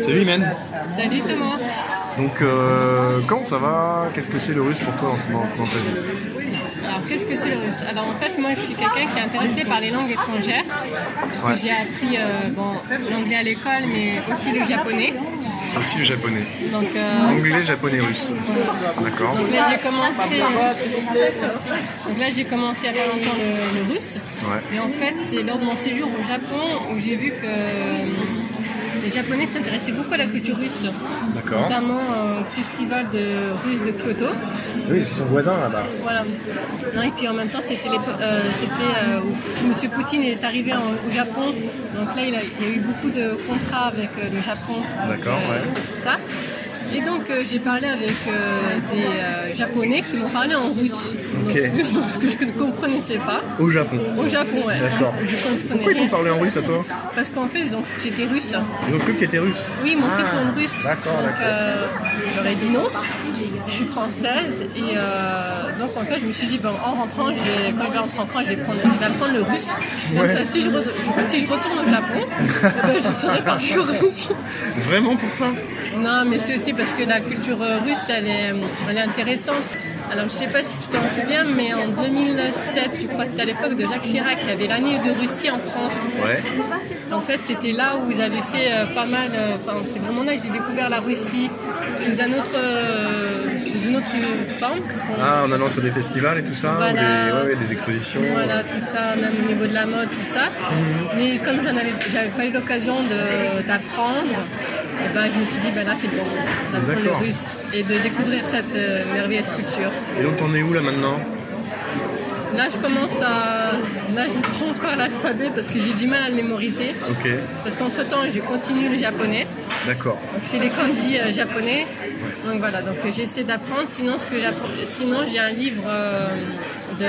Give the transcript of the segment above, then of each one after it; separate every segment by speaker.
Speaker 1: Salut Imen.
Speaker 2: Salut Thomas.
Speaker 1: Donc, euh, quand ça va Qu'est-ce que c'est le russe pour toi dans, dans- dans ta vie
Speaker 2: Alors qu'est-ce que c'est le russe Alors en fait moi je suis quelqu'un qui est intéressé par les langues étrangères. Parce que
Speaker 1: Ouais.
Speaker 2: j'ai appris euh, bon, l'anglais à l'école mais aussi le japonais.
Speaker 1: Ah, Aussi le japonais.
Speaker 2: Donc, euh,
Speaker 1: Anglais, japonais, russe. D'accord.
Speaker 2: donc là j'ai commencé. Donc là j'ai commencé il y a pas longtemps le, le russe.
Speaker 1: Ouais.
Speaker 2: Et en fait c'est lors de mon séjour au Japon où j'ai vu que euh, les Japonais s'intéressaient beaucoup à la culture russe,
Speaker 1: D'accord.
Speaker 2: notamment euh, au festival de russe de Kyoto.
Speaker 1: Oui, parce qu'ils sont voisins là-bas.
Speaker 2: Voilà. Non, et puis en même temps, c'était l'épo- euh, c'était, euh, où Monsieur Poutine est arrivé en- au Japon. Donc là, il, a, il y a eu beaucoup de contrats avec euh, le Japon.
Speaker 1: D'accord, ouais.
Speaker 2: tout Ça. Et donc, euh, j'ai parlé avec euh, des euh, Japonais qui m'ont parlé en russe. Donc,
Speaker 1: Ok.
Speaker 2: russe, donc, ce que je ne comprenais pas.
Speaker 1: Au Japon.
Speaker 2: Au Japon, ouais.
Speaker 1: D'accord.
Speaker 2: Je comprenais
Speaker 1: Pourquoi ils t'ont
Speaker 2: rien.
Speaker 1: parlé en russe à toi
Speaker 2: Parce qu'en fait, donc, j'étais russe. hein.
Speaker 1: Ils ont cru que t'étais russe.
Speaker 2: Oui, ils m'ont pris pour une
Speaker 1: Ah,
Speaker 2: russe.
Speaker 1: D'accord,
Speaker 2: donc,
Speaker 1: d'accord.
Speaker 2: euh, j'aurais dit non. Je suis française. Et euh, donc, en fait, je me suis dit, bon, en rentrant, je vais- quand je vais rentrer en France, je vais, prendre, je vais apprendre le russe. Comme
Speaker 1: Ouais.
Speaker 2: ça, si je, re- si je retourne au Japon, eh ben, je saurai parler le russe.
Speaker 1: Vraiment pour ça
Speaker 2: Non, mais c'est aussi parce que la culture euh, russe, elle est, elle est intéressante. Alors, je sais pas si tu t'en souviens, mais en 2007, je crois que c'était à l'époque de Jacques Chirac, il y avait l'année de Russie en France.
Speaker 1: Ouais.
Speaker 2: En fait, c'était là où ils avaient fait euh, pas mal. euh, Enfin, c'est vraiment là que j'ai découvert la Russie sous un autre, euh, sous une autre forme, parce qu'on
Speaker 1: Ah, en allant sur des festivals et tout ça,
Speaker 2: Voilà.
Speaker 1: ou des, ouais, ouais, des expositions.
Speaker 2: voilà tout ça, même au niveau de la mode, tout ça. Mais comme j'en avais, j'avais pas eu l'occasion de- d'apprendre, eh ben, je me suis dit, ben là, c'est bon, d'apprendre
Speaker 1: D'accord.
Speaker 2: le russe et de découvrir cette euh, merveilleuse culture.
Speaker 1: Et donc t'en es où là maintenant
Speaker 2: Là, je commence à, là, je prends encore l'alphabet parce que j'ai du mal à le mémoriser.
Speaker 1: Ok,
Speaker 2: Parce qu'entre temps, je continue le japonais.
Speaker 1: d'accord.
Speaker 2: Donc, c'est des kanji euh, japonais. Donc voilà, donc euh, j'essaie d'apprendre. Sinon, ce que j'app- sinon j'ai un livre euh, de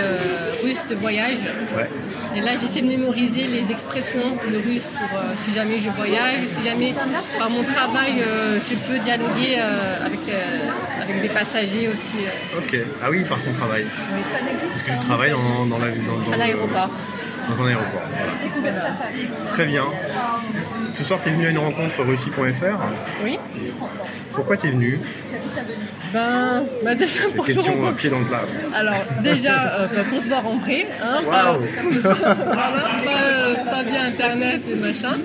Speaker 2: russe de voyage.
Speaker 1: Ouais.
Speaker 2: Et là, j'essaie de mémoriser les expressions de russe pour euh, si jamais je voyage, si jamais par mon travail euh, je peux dialoguer euh, avec, euh, avec des passagers aussi euh,
Speaker 1: Ok. Ah oui, par ton travail. Parce que tu travailles dans, dans la dans, dans
Speaker 2: à
Speaker 1: le-
Speaker 2: l'aéroport.
Speaker 1: Dans un aéroport. voilà. Très bien. Ce soir, t'es venu à une rencontre russie.fr.
Speaker 2: Oui.
Speaker 1: Pourquoi t'es venu
Speaker 2: Ben, ben déjà pour te
Speaker 1: Question euh,
Speaker 2: rencontrer.
Speaker 1: pied dans le plat.
Speaker 2: Alors déjà euh, bah, pour te voir en vrai, hein, pas-
Speaker 1: Waouh.
Speaker 2: Voilà, pas, euh, pas bien internet et machin.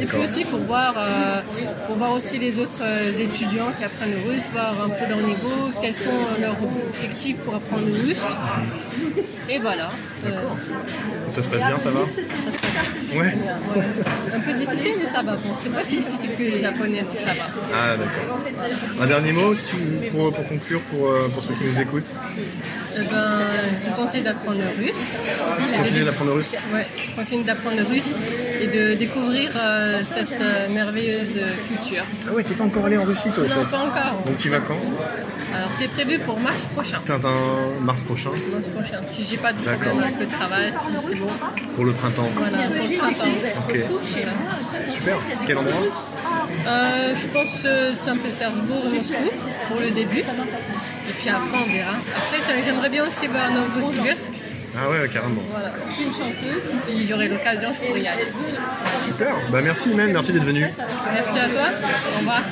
Speaker 2: Et puis aussi pour voir, euh, pour voir aussi les autres euh, étudiants qui apprennent le russe, voir un peu leur niveau, quels sont leurs objectifs pour apprendre le russe. Et voilà. Euh,
Speaker 1: Ça se passe bien, ça va
Speaker 2: ça se passe
Speaker 1: Ouais.
Speaker 2: bien, ouais. Un peu difficile, mais ça va. Bon, c'est pas si difficile que les japonais, donc ça va.
Speaker 1: Ah d'accord. Un dernier mot si tu- pour, pour conclure pour, euh, pour ceux qui nous écoutent.
Speaker 2: Eh ben, je vous conseille d'apprendre le russe.
Speaker 1: Ah, Continuez d'apprendre le russe.
Speaker 2: Ouais, continue d'apprendre le russe et de découvrir euh, cette euh, merveilleuse culture.
Speaker 1: Ah ouais, t'es pas encore allé en Russie toi. au
Speaker 2: Non,
Speaker 1: fait.
Speaker 2: pas encore.
Speaker 1: Donc tu vas quand
Speaker 2: Alors c'est prévu pour mars prochain.
Speaker 1: Tintin, mars prochain,
Speaker 2: Mars prochain. Si j'ai pas de
Speaker 1: D'accord.
Speaker 2: problème avec le travail, si c'est bon.
Speaker 1: pour le printemps.
Speaker 2: Voilà, pour le printemps.
Speaker 1: Ok,
Speaker 2: Voilà.
Speaker 1: super. Quel endroit
Speaker 2: Ah Euh, je pense euh, Saint-Pétersbourg et Moscou pour le début. Et puis après on verra. Après ça, j'aimerais bien aussi voir Novosibirsk.
Speaker 1: Ah ouais, carrément.
Speaker 2: Voilà. Si j'aurai l'occasion, je pourrais y aller.
Speaker 1: Super. Bah merci, Imen, merci d'être venu.
Speaker 2: Merci à toi. Au revoir.